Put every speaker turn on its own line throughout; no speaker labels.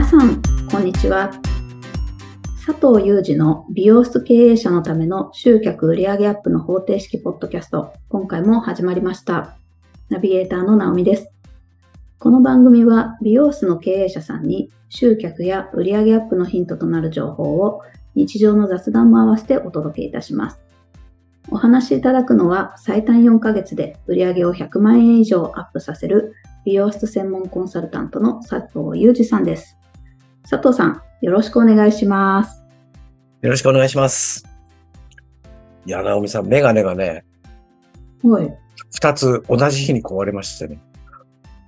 んにちは。佐藤祐二の美容室経営者のための集客売上アップの方程式ポッドキャスト、今回も始まりました。ナビゲーターの直美です。この番組は美容室の経営者さんに集客や売上アップのヒントとなる情報を日常の雑談も合わせてお届けいたします。お話しいただくのは最短4ヶ月で売上を100万円以上アップさせる美容室専門コンサルタントの佐藤裕二さんです。佐藤さん、よろしくお願いします。
よろしくお願いします。いや、直美さん、メガネがね、
はい。
二つ同じ日に壊れましてね。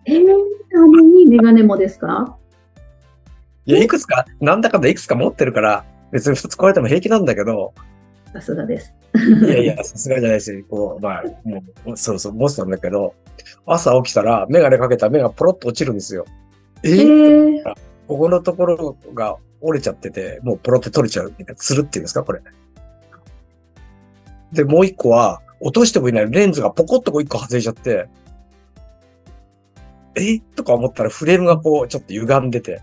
えー、あのにメガネもですか
いや、いくつか、なんだかんだいくつか持ってるから、別に二つ壊れても平気なんだけど、
さすがです。
いやいや、さすがじゃないし、こう、まあ、もう、そうそう、持ってたんだけど、朝起きたら、メガネかけた目がポロッと落ちるんですよ。
えー、
ここのところが折れちゃってて、もうポロって取れちゃうみたいな、つるっていうんですか、これ。で、もう一個は、落としてもいないレンズがポコッとこう一個外れちゃって、えとか思ったらフレームがこう、ちょっと歪んでて。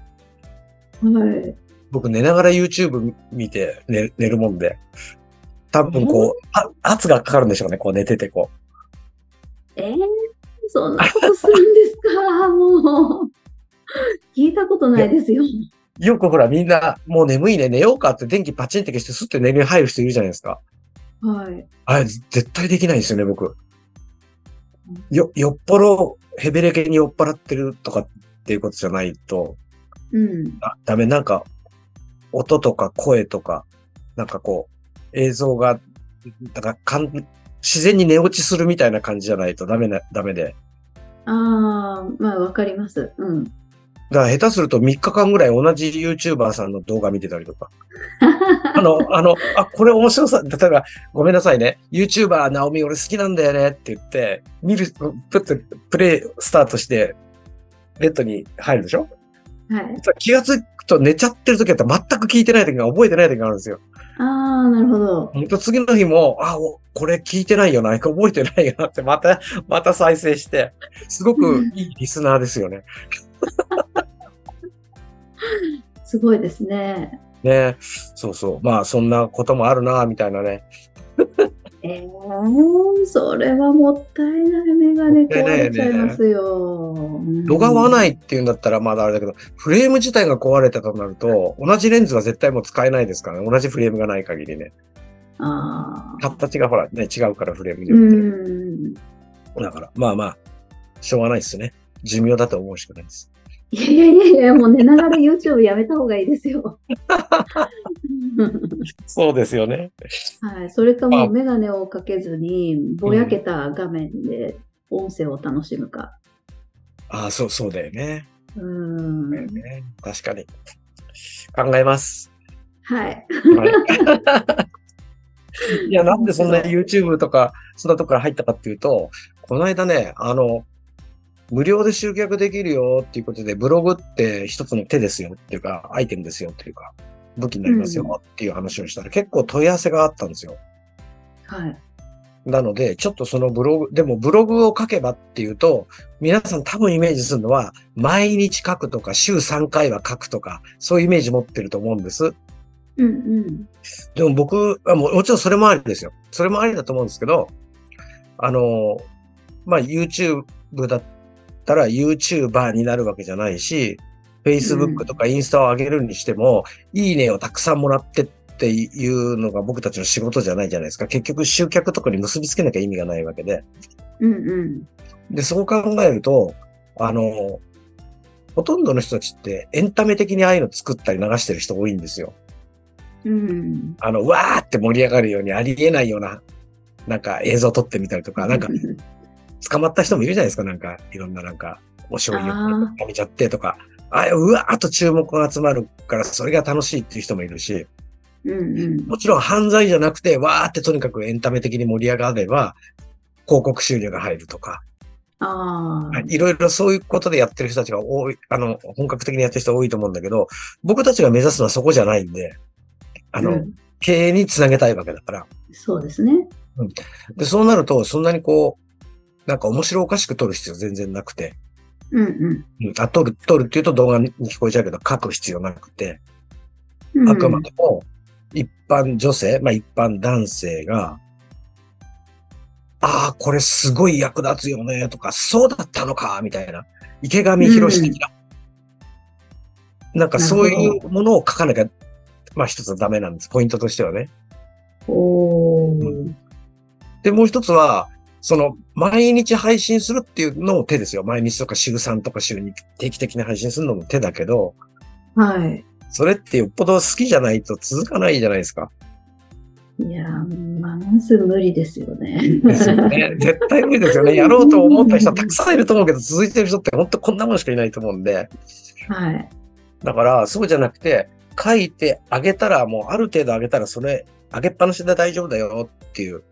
はい。
僕寝ながら YouTube 見て寝寝るもんで、多分こう、あ圧がかかるんでしょうね、こう寝ててこ
う。えー、そんなことするんですか、もう。聞いたことないですよ。
よくほら、みんな、もう眠いね、寝ようかって電気パチンって消して、すって寝に入る人いるじゃないですか。
はい。
あれ、絶対できないんですよね、僕。よ、よっぽど、ヘベレケに酔っ払ってるとかっていうことじゃないと、
うん。
あダメ、なんか、音とか声とか、なんかこう、映像が、なんかかん自然に寝落ちするみたいな感じじゃないとダメな、ダメで。
ああ、まあわかります。うん。
だから下手すると3日間ぐらい同じ YouTuber さんの動画見てたりとか。あの、あの、あ、これ面白さ、例えば、ごめんなさいね。YouTuber ナオミ俺好きなんだよねって言って、見る、プッとプレイスタートして、ベッドに入るでしょ
はい。
気がつくと寝ちゃってる時だったら全く聞いてない時が覚えてない時があるんですよ。
ああ、なるほど。
本当次の日も、あこれ聞いてないよ な、覚えてないよなって、また、また再生して、すごくいいリスナーですよね。
すごいですね。
ねそうそう。まあ、そんなこともあるな、みたいなね。
えー、それはもったいないメガネ壊れちゃいますよ。
度が合わないっていうんだったらまだあれだけど、フレーム自体が壊れたとなると、同じレンズは絶対もう使えないですからね。同じフレームがない限りね。
あ
形がほらね、違うからフレーム
によ
って。だから、まあまあ、しょうがないですね。寿命だと思うしかないです。
いやいやいやいや、もう寝ながら YouTube やめた方がいいですよ。
そうですよね。
はい。それかもう眼鏡をかけずに、ぼやけた画面で音声を楽しむか。
うん、ああ、そう、そうだよね。
うん、
ね。確かに。考えます。
はい。
はい、 いや、なんでそんな YouTube とか、そんなとこから入ったかっていうと、この間ね、あの、無料で集客できるよっていうことで、ブログって一つの手ですよっていうか、アイテムですよっていうか、武器になりますよっていう話をしたら、結構問い合わせがあったんですよ。
はい。
なので、ちょっとそのブログ、でもブログを書けばっていうと、皆さん多分イメージするのは、毎日書くとか、週3回は書くとか、そういうイメージ持ってると思うんです。
うんうん。
でも僕はも、もちろんそれもありですよ。それもありだと思うんですけど、あの、まあ、YouTube だったたら YouTuber になるわけじゃないし、Facebook とかインスタを上げるにしても、うん、いいねをたくさんもらってっていうのが僕たちの仕事じゃないじゃないですか。結局集客とかに結びつけなきゃ意味がないわけで。。
うんうん
で、そう考えると、あの、ほとんどの人たちってエンタメ的にああいうの作ったり流してる人多いんですよ。
うん。
あの、わーって盛り上がるようにありえないような、なんか映像撮ってみたりとか、なんか、捕まった人もいるじゃないですか、なんか、いろんななんか、お醤油を食べちゃってとか、あうわーっと注目が集まるから、それが楽しいっていう人もいるし、
うんうん、
もちろん犯罪じゃなくて、わーってとにかくエンタメ的に盛り上がれば、広告収入が入るとか、
あ
いろいろそういうことでやってる人たちが多い、あの、本格的にやってる人多いと思うんだけど、僕たちが目指すのはそこじゃないんで、あの、うん、経営につなげたいわけだから。
そうですね。
うん、でそうなると、そんなにこう、なんか面白おかしく撮る必要全然なくて。
うんうん
うんあ、撮る、撮るっていうと動画に聞こえちゃうけど、書く必要なくて、
うん。
あくまでも一般女性、まあ一般男性が、ああ、これすごい役立つよね、とか、そうだったのか、みたいな。池上博史的な。なんかそういうものを書かなきゃ、まあ一つはダメなんです。ポイントとしてはね。
お
う
ー。
で、もう一つは、その、毎日配信するっていうのも手ですよ。毎日とか週3とか週2、定期的に配信するのも手だけど、
はい。
それってよっぽど好きじゃないと続かないじゃないですか。
いやー、まず無理ですよね。
ですよね。絶対無理ですよね。やろうと思った人はたくさんいると思うけど、続いてる人って本当こんなもんしかいないと思うんで。
はい。
だから、そうじゃなくて、書いてあげたら、もうある程度あげたら、それ、あげっぱなしで大丈夫だよっていう、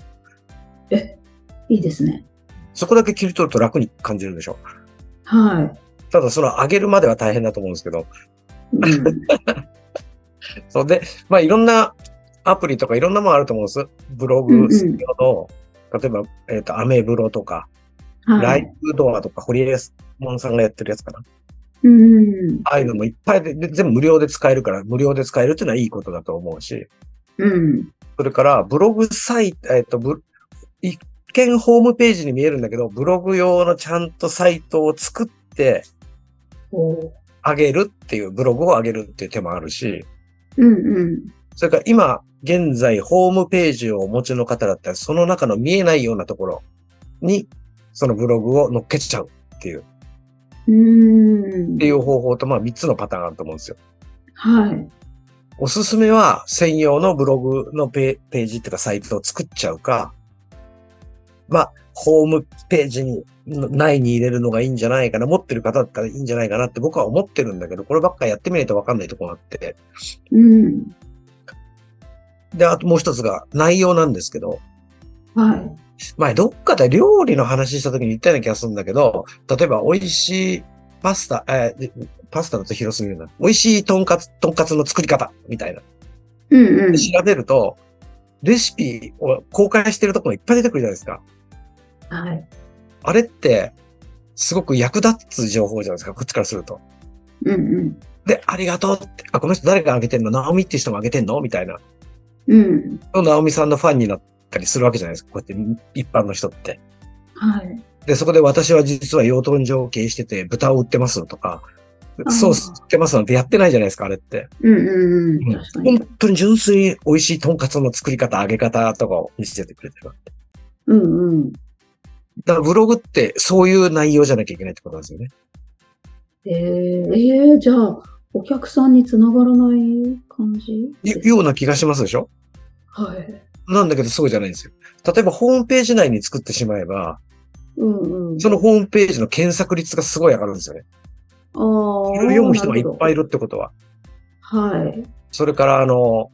いいですね。
そこだけ切り取ると楽に感じるでしょ。
は
ただ、そのあげるまでは大変だと思うんですけど、
い。うん、
そうで、まあいろんなアプリとかいろんなものあると思うんです。ブロ
うんう
グ
ん
専用の、例えば、えっ、と、アメブロとか、
は
ラ
い。
イブドアとか、ホリエモンさんがやってるやつかな。
うん。
ああいうのもいっぱいで、で全部無料で使えるから、無料で使えるっていうのはいいことだと思うし、
うん。
それから、ブログサイト、えっ、と、ブ一見ホームページに見えるんだけど、ブログ用のちゃんとサイトを作って
おー
あげるっていう、ブログをあげるっていう手もあるし、
うんうん。
それから今、現在、ホームページをお持ちの方だったら、その中の見えないようなところに、そのブログを乗っけちゃうっていう、
うーん
っていう方法と、まあ3つのパターンあると思うんですよ。
はい。
おすすめは、専用のブログのペページっていうか、サイトを作っちゃうか、まあ、ホームページに、内に入れるのがいいんじゃないかな、持ってる方だったらいいんじゃないかなって僕は思ってるんだけど、こればっかやってみないとわかんないところがあって。
うん。
で、あともう一つが、内容なんですけど、
はい。
前どっかで料理の話した時に言ったような気がするんだけど、例えば美味しいパスタ、えーパスタだと広すぎるな。美味しいとんかつ、とんかつの作り方みたいな。
うんうん
で。調べると、レシピを公開してるところいっぱい出てくるじゃないですか。
はい。
あれって、すごく役立つ情報じゃないですか、こっちからすると。
うん
で、ありがとうって、あ、この人誰があげてんのナオミっていう人があげてんのみたいな。
うん。うん。
ナオミさんのファンになったりするわけじゃないですか、こうやって一般の人って。
はい。
で、そこで私は実は養豚場を経営してて、豚を売ってますとか、
あー
ソース売ってますなんてやってないじゃないですか、あれって。
うんうんうん。確か
本
に。
当に純粋に美味しいトンカツの作り方、揚げ方とかを見せてくれてるわけ。
うんうん。
だからブログってそういう内容じゃなきゃいけないってことなんですよね。
えー、えー、じゃあ、お客さんにつながらない感じ
いような気がしますでしょ
はい。
なんだけどそうじゃないんですよ。例えばホームページ内に作ってしまえば、
うんうん。
そのホームページの検索率がすごい上がるんですよね。
あー
それを読む人がいっぱいい
なる
るってことは。
ほどはい。
それから、あの、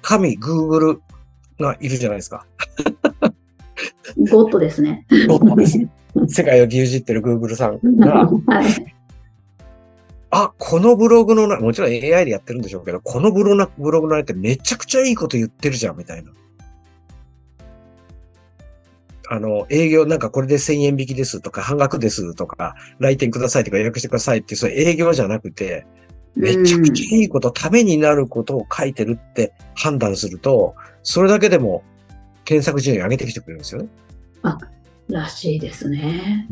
神、Google がいるじゃないですか。
ゴッドですね。
世界を牛耳ってる Google さんが、
はい。
あ、このブログのな、もちろん AI でやってるんでしょうけど、このブログの、ブログのあれってめちゃくちゃいいこと言ってるじゃん、みたいな。あの、営業なんかこれで1000円引きですとか、半額ですとか、来店くださいとか予約してくださいって、そういう営業じゃなくて、めちゃくちゃいいこと、ためになることを書いてるって判断すると、それだけでも検索順位上げてきてくれるんですよね。
うんらしいですね。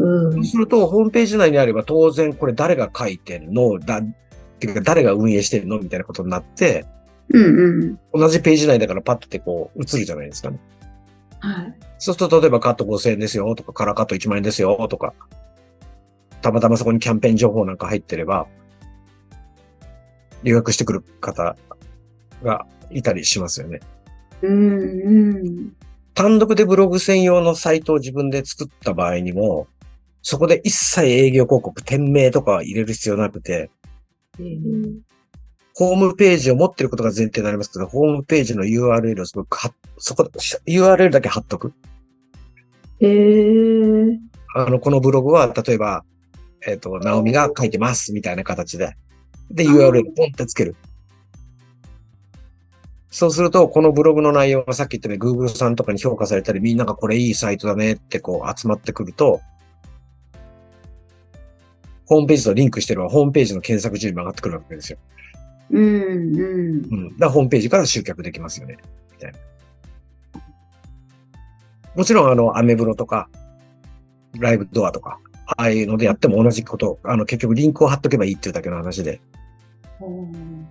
うん。
うん。
そうすると、ホームページ内にあれば、当然これ誰が書いてるのだ、っていうか誰が運営してるのみたいなことになって、
うんうん。
同じページ内だからパッてこう映るじゃないですかね。
はい。
そうすると、例えばカット5000円ですよとか、カラーカット1万円ですよとか、たまたまそこにキャンペーン情報なんか入ってれば、留学してくる方がいたりしますよね。
うんうん。
単独でブログ専用のサイトを自分で作った場合にも、そこで一切営業広告、店名とかは入れる必要なくて、
えー
ホームページを持ってることが前提になりますけど、ホームページの URL をすごく貼っそこ、URL だけ貼っとく。
えー。
あの、このブログは、例えば、えっ、と、ナオミが書いてます、みたいな形で。で、
うん
URL ポンってつける。そうすると、このブログの内容がさっき言ったように Google さんとかに評価されたり、みんながこれいいサイトだねってこう集まってくると、ホームページとリンクしてれば、ホームページの検索順位も上がってくるわけですよ。
うん、うん
う。ん。だからホームページから集客できますよね。みたいな。もちろん、あの、アメブロとか、ライブドアとか、ああいうのでやっても同じこと、あの、結局リンクを貼っとけばいいっていうだけの話で、
おー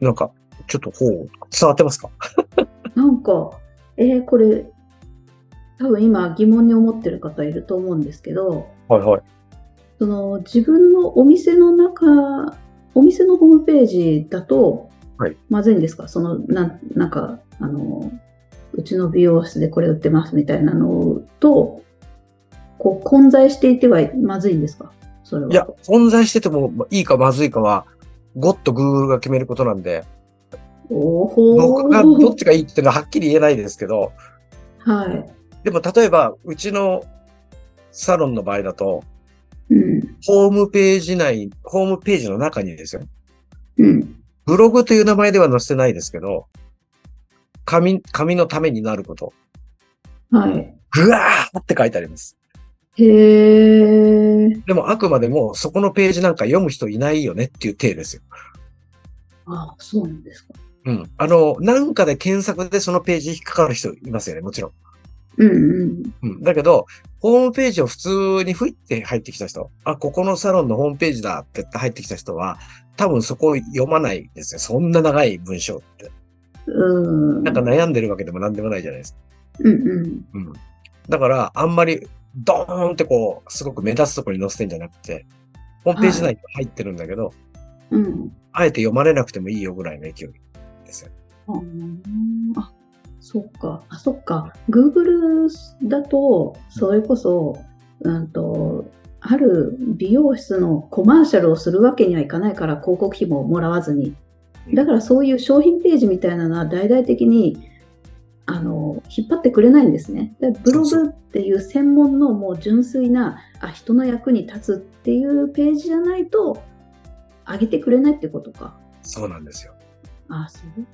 なんか、ちょっと、ほう、伝わってますか
なんか、えーこれ、多分今疑問に思ってる方いると思うんですけど、
はいはい。
その自分のお店の中、お店のホームページだと、
はい
まずいんですかその、ななんか、あの、うちの美容室でこれ売ってますみたいなのと、こう混在していてはまずいんですかそれは。
いや、存在してても、まいいかまずいかは、ゴッと Google が決めることなんで、
おーほー
僕がどっちがいいっていうのははっきり言えないですけど、
は
でも例えば、うちのサロンの場合だと、
い。うん。
ホームページ内、ホームページの中にですよ。
うん。
ブログという名前では載せてないですけど、紙、紙のためになること。
は
ぐわーって書いてあります。
い。へー。
でもあくまでもそこのページなんか読む人いないよねっていう体ですよ。
ああ、そうなんですか。
うん。あの、なんかで検索でそのページに引っかかる人いますよね、もちろん。
うんうん。
うん。だけど、ホームページを普通にふいって入ってきた人、あ、ここのサロンのホームページだって言って入ってきた人は、多分そこを読まないですよ。そんな長い文章って。
うん。
なんか悩んでるわけでも何でもないじゃないですか。
うんうん。
うん。だから、あんまり、ドーンってこう、すごく目立つところに載せてんじゃなくて、ホームページ内に入ってるんだけど、
うん。
あえて読まれなくてもいいよぐらいの勢いですよ。
あーあ、そっか。あ、そっか。Google だと、それこそ、うんと、ある美容室のコマーシャルをするわけにはいかないから広告費ももらわずに。だからそういう商品ページみたいなのは大々的にあの引っ張ってくれないんですね。でブロ
そう
グっていう専門のもう純粋なあ人の役に立つっていうページじゃないと上げてくれないってことか。
そうなんですよ。
あ、そういう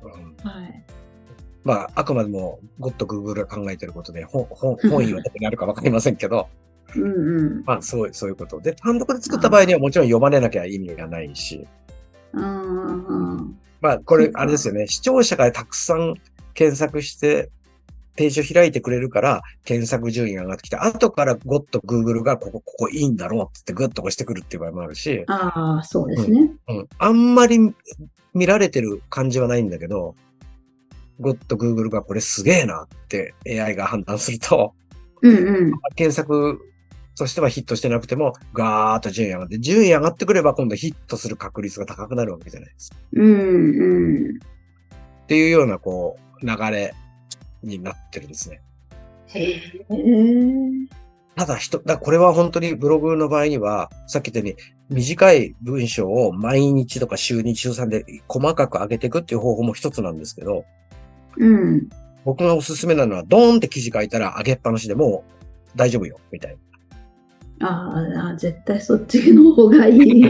こ
うん、
と。はい。
まあ、あくまでも、ゴッドグーグルが考えてることで、ほんほん本意は何になるかわかりませんけど、
うんうん。
まあ、そういう、そういうこと。で、単独で作った場合にはもちろん読まれなきゃ意味がないし、
うん
まあ、こ
そ
れ
う、か
あれですよね。視聴者がたくさん検索して、ページを開いてくれるから、検索順位が上がってきて、後からゴッと Google がここ、ここいいんだろうってってグッと押してくるっていう場合もあるし、
ああ、そうですね。
うん。あんまり見られてる感じはないんだけど、ゴッと Google がこれすげえなって AI が判断すると、
うんうん。
検索としてはヒットしてなくても、ガーッと順位上がって、順位上がってくれば今度ヒットする確率が高くなるわけじゃないですか
うんうん。
っていうような、こう、流れになってるんですね。
へえ。うん
ただ人、だからこれは本当にブログの場合には、さっき言ったように、短い文章を毎日とか週2、週3で細かく上げていくっていう方法も一つなんですけど、
うん
僕がおすすめなのは、ドーンって記事書いたら上げっぱなしでもう大丈夫よ、みたいな。
ああ、絶対そっちの方がい い。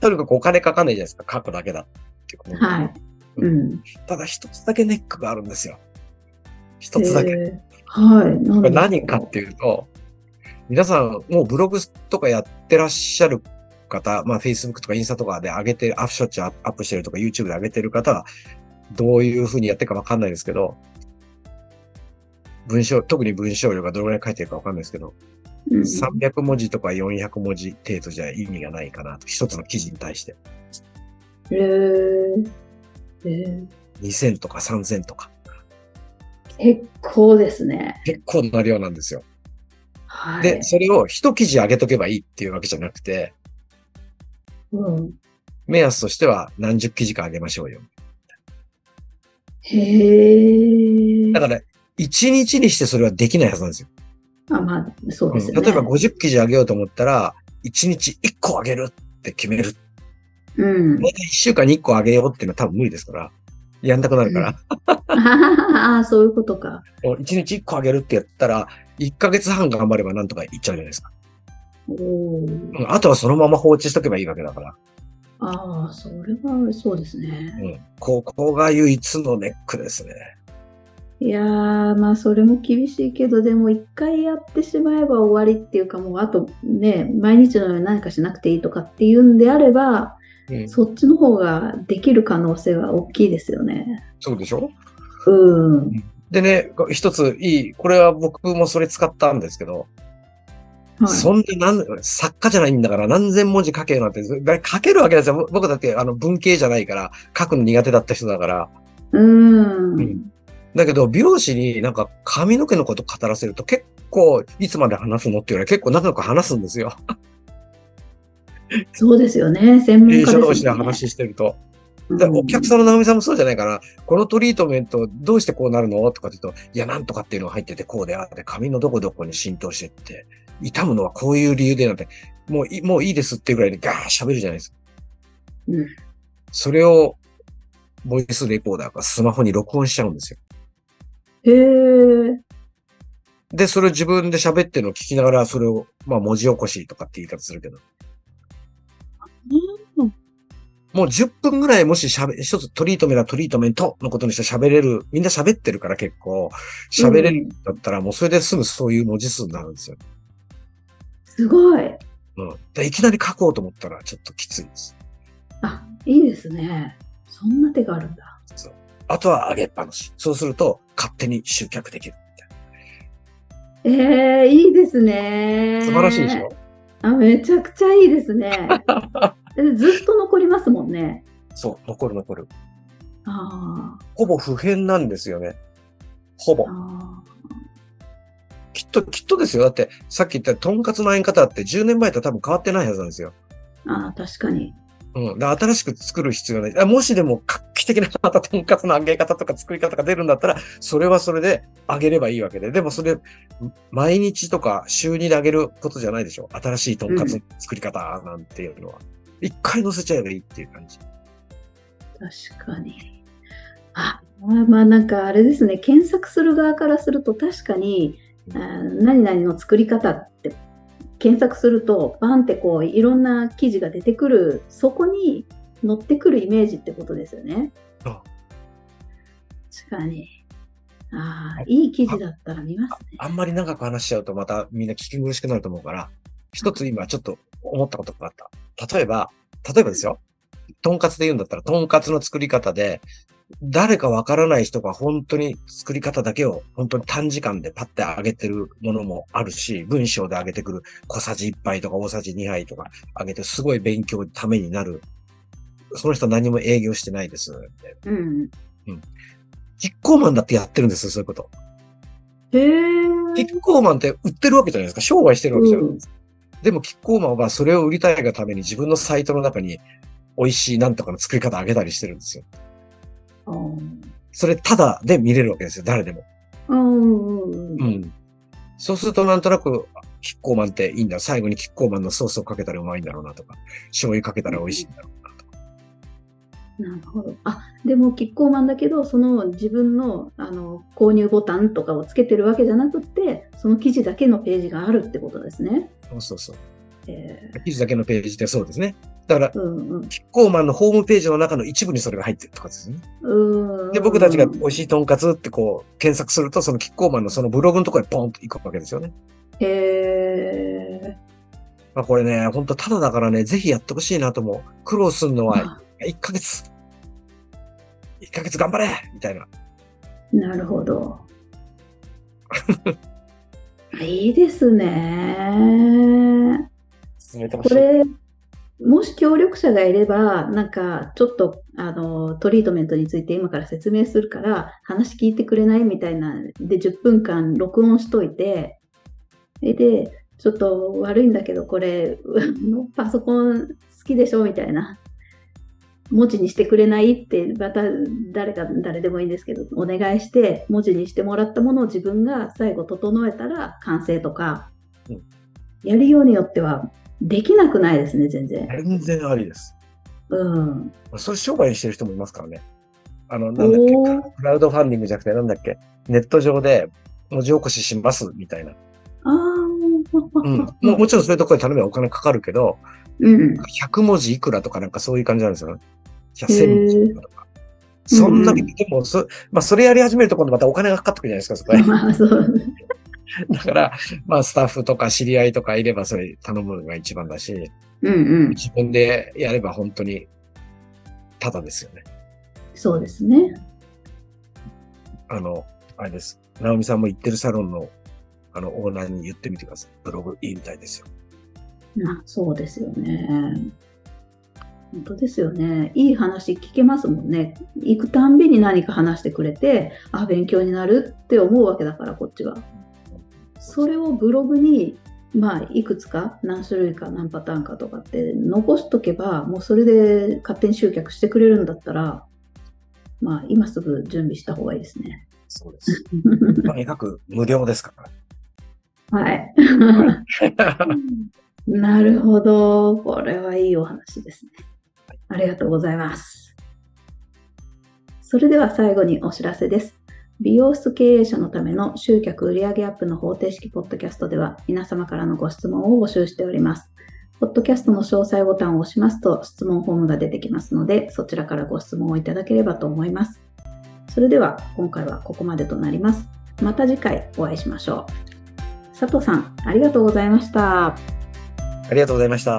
とにかくお金かかんないじゃないですか、書くだけだっていうこと
はい。うん。
ただ一つだけネックがあるんですよ。一つだけ。
えーはい。な
これ
んで
何かっていうと、皆さん、もうブログとかやってらっしゃる方、まあ Facebook とかインスタとかで上げてる、アップしょっちゅうアップしてるとか YouTube で上げてる方は、どういうふうにやってるかわかんないですけど、文章、特に文章量がどれぐらい書いてるかわかんないですけど、
うん
300文字とか400文字程度じゃ意味がないかなと。一つの記事に対して。
えーえー
2000とか3000とか。
結構ですね。
結構な量なんですよ。
はい。
で、それを一記事上げとけばいいっていうわけじゃなくて、
うん、
目安としては何十記事か上げましょうよ。
へえ。
だから、1日にしてそれはできないはずなんですよ。
あ、まあ、そうですよね。
例えば50記事上げようと思ったら、1日1個上げるって決める。
うん。
大体1週間に1個上げようっていうのは多分無理ですから、やんなくなるから、
ああ、そういうことか。
1日1個上げるってやったら、1ヶ月半頑張ればなんとかいっちゃうじゃないですか。
おー
うんあとはそのまま放置しとけばいいわけだから。
ああ、それはそうですね。
うんここが唯一のネックですね。
えいやー、まあそれも厳しいけど、でも一回やってしまえば終わりっていうか、もうあとね、毎日のように何かしなくていいとかっていうんであれば、
うん
そっちの方ができる可能性は大きいですよね。
そうでしょ
うん。
でね、一ついい、これは僕もそれ使ったんですけど、
はい。
そんな何、作家じゃないんだから何千文字書けなんて、だ書けるわけですよ。僕だってあの文系じゃないから、書くの苦手だった人だから。
うん。
うんだけど、美容師になんか髪の毛のこと語らせると結構、いつまで話すのっていうのは結構長く話すんですよ。
そうですよね。専門
経営
家
者同
で
士
す
で
よね。
話してると。
うん
だからお客さんの直美さんもそうじゃないかな。このトリートメントどうしてこうなるのとかって言うと、いや、なんとかっていうのが入ってて、こうであって、髪のどこどこに浸透してって、痛むのはこういう理由でなんて、もういもういいですっていうぐらいでガーッ喋るじゃないですか。
うん
それを、ボイスレコーダーかスマホに録音しちゃうんですよ。
へえ。
で、それを自分で喋ってるのを聞きながら、それを、まあ、文字起こしとかって言い方するけど。もう10分ぐらいもし喋、一つトリートメント、トリートメントのことにして喋れる、みんな喋ってるから結構、喋れ
う
る
ん
んだったら、もうそれですぐそういう文字数になるんですよ。
すごい。
うん。で、いきなり書こうと思ったら、ちょっときついです。
あ、いいですね。そんな手があるんだ。
そうあとは上げっぱなし。そうすると、勝手に集客できるみたい
ええ、いいですね。
な。素晴らしいでしょ、
あ、めちゃくちゃいいです ね。でずっと残りますもんね。
そう、残る残る。
あー
ほぼ不変なんですよね。ほぼ。
あ
きっと、きっとですよ。だって、さっき言ったとんかつのあえ方だって10年前と多分変わってないはずなんですよ。
ー、あー確かに。
うん。だから新しく作る必要ない。あもしでも画期的な またとんかつの揚げ方とか作り方が出るんだったら、それはそれで揚げればいいわけで。でもそれ、毎日とか週2で揚げることじゃないでしょ。新しいとんかつの作り方なんていうのは。一回乗せちゃえばいいっていう感じ。
確かに。あ、まあまあなんかあれですね。検索する側からすると確かに、あー何々の作り方って検索するとバンってこういろんな記事が出てくる、そこに乗ってくるイメージってことですよね。
そう
確かに。ああ、いい記事だったら見ますね。
あんまり長く話しちゃうとまたみんな聞き苦しくなると思うから、一つ今ちょっと思ったことがあった。例えば、例えばですよ。とんかつで言うんだったら、とんかつの作り方で、誰かわからない人が本当に作り方だけを本当に短時間でパッて上げてるものもあるし、文章で上げてくる小さじ1杯とか大さじ2杯とか上げてすごい勉強ためになる。その人何も営業してないです。みたいな
うん。
キッコーマンだってやってるんですよ、そういうこと。
へえ。
キッコーマンって売ってるわけじゃないですか。商売してるわけじゃないですか
うん
でも、キッコーマンはそれを売りたいがために自分のサイトの中に美味しいなんとかの作り方あげたりしてるんですよ。
あー
それただで見れるわけですよ、誰でも。
うんうんうん。
ん。そうするとなんとなく、キッコーマンっていいんだ。最後にキッコーマンのソースをかけたらうまいんだろうなとか、醤油かけたら美味しいんだろうなとか。
なるほど。あ、でもキッコーマンだけど、その自分のあの購入ボタンとかをつけてるわけじゃなくって、その記事だけのページがあるってことですね。
そうそうそう。
え
記事だけのページでそうですね。だから
ー、、うんうん
キッコーマンのホームページの中の一部にそれが入ってるとかですね。
うんうん。
で、僕たちが美味しいとんかつってこう検索すると、そのキッコーマンのそのブログのところにポンと行くわけですよね。
えー
まあこれね、本当ただだからね、ぜひやってほしいなと思う。苦労するのは
あ
1ヶ月。1ヶ月頑張れみたいな。
なるほど。 いいですね。
進めてほ
これもし協力者がいればなんかちょっとあのトリートメントについて今から説明するから話聞いてくれないみたいなで10分間録音しといてでちょっと悪いんだけどこれパソコン好きでしょみたいな文字にしてくれないってまた誰か誰でもいいんですけどお願いして文字にしてもらったものを自分が最後整えたら完成とか、
うん
やるようによってはできなくないですね、全然。
全然ありです。
うん。
それ商売にしてる人もいますからね。あの、なんだっけ
おー、
クラウドファンディングじゃなくて、なんだっけ、ネット上で文字起こししますみたいな。
ああ、
うん。もうもちろんそういうところで頼めばお金かかるけど、
うん。
100文字いくらとかなんかそういう感じなんですよね。いや、
へー
1000文字いくらとか。そんな、
うんう
でもそ、まあ、それやり始めると今度またお金がかかってくるじゃないですか、そこへ。
まあ、そう。
だから、まあ、スタッフとか知り合いとかいれば、それ頼むのが一番だし、
うんうん。
自分でやれば本当に、ただですよね。
そうですね。
あの、あれです。ナオミさんも行ってるサロンの、あの、オーナーに言ってみてください。ブログいいみたいですよ。
まあ、そうですよね。本当ですよね。いい話聞けますもんね。行くたんびに何か話してくれて、あ、勉強になるって思うわけだから、こっちは。それをブログに、まあ、いくつか何種類か何パターンかとかって残しとけばもうそれで勝手に集客してくれるんだったらまあ今すぐ準備した方がいいです ね。
そうです。とにかく無料ですから。
はい。
は
なるほど。これはいいお話ですね。ありがとうございます。それでは最後にお知らせです。美容室経営者のための集客売上アップの方程式ポッドキャストでは皆様からのご質問を募集しております。ポッドキャストの詳細ボタンを押しますと質問フォームが出てきますのでそちらからご質問をいただければと思います。それでは今回はここまでとなります。また次回お会いしましょう。佐藤さん、ありがとうございました。
ありがとうございました。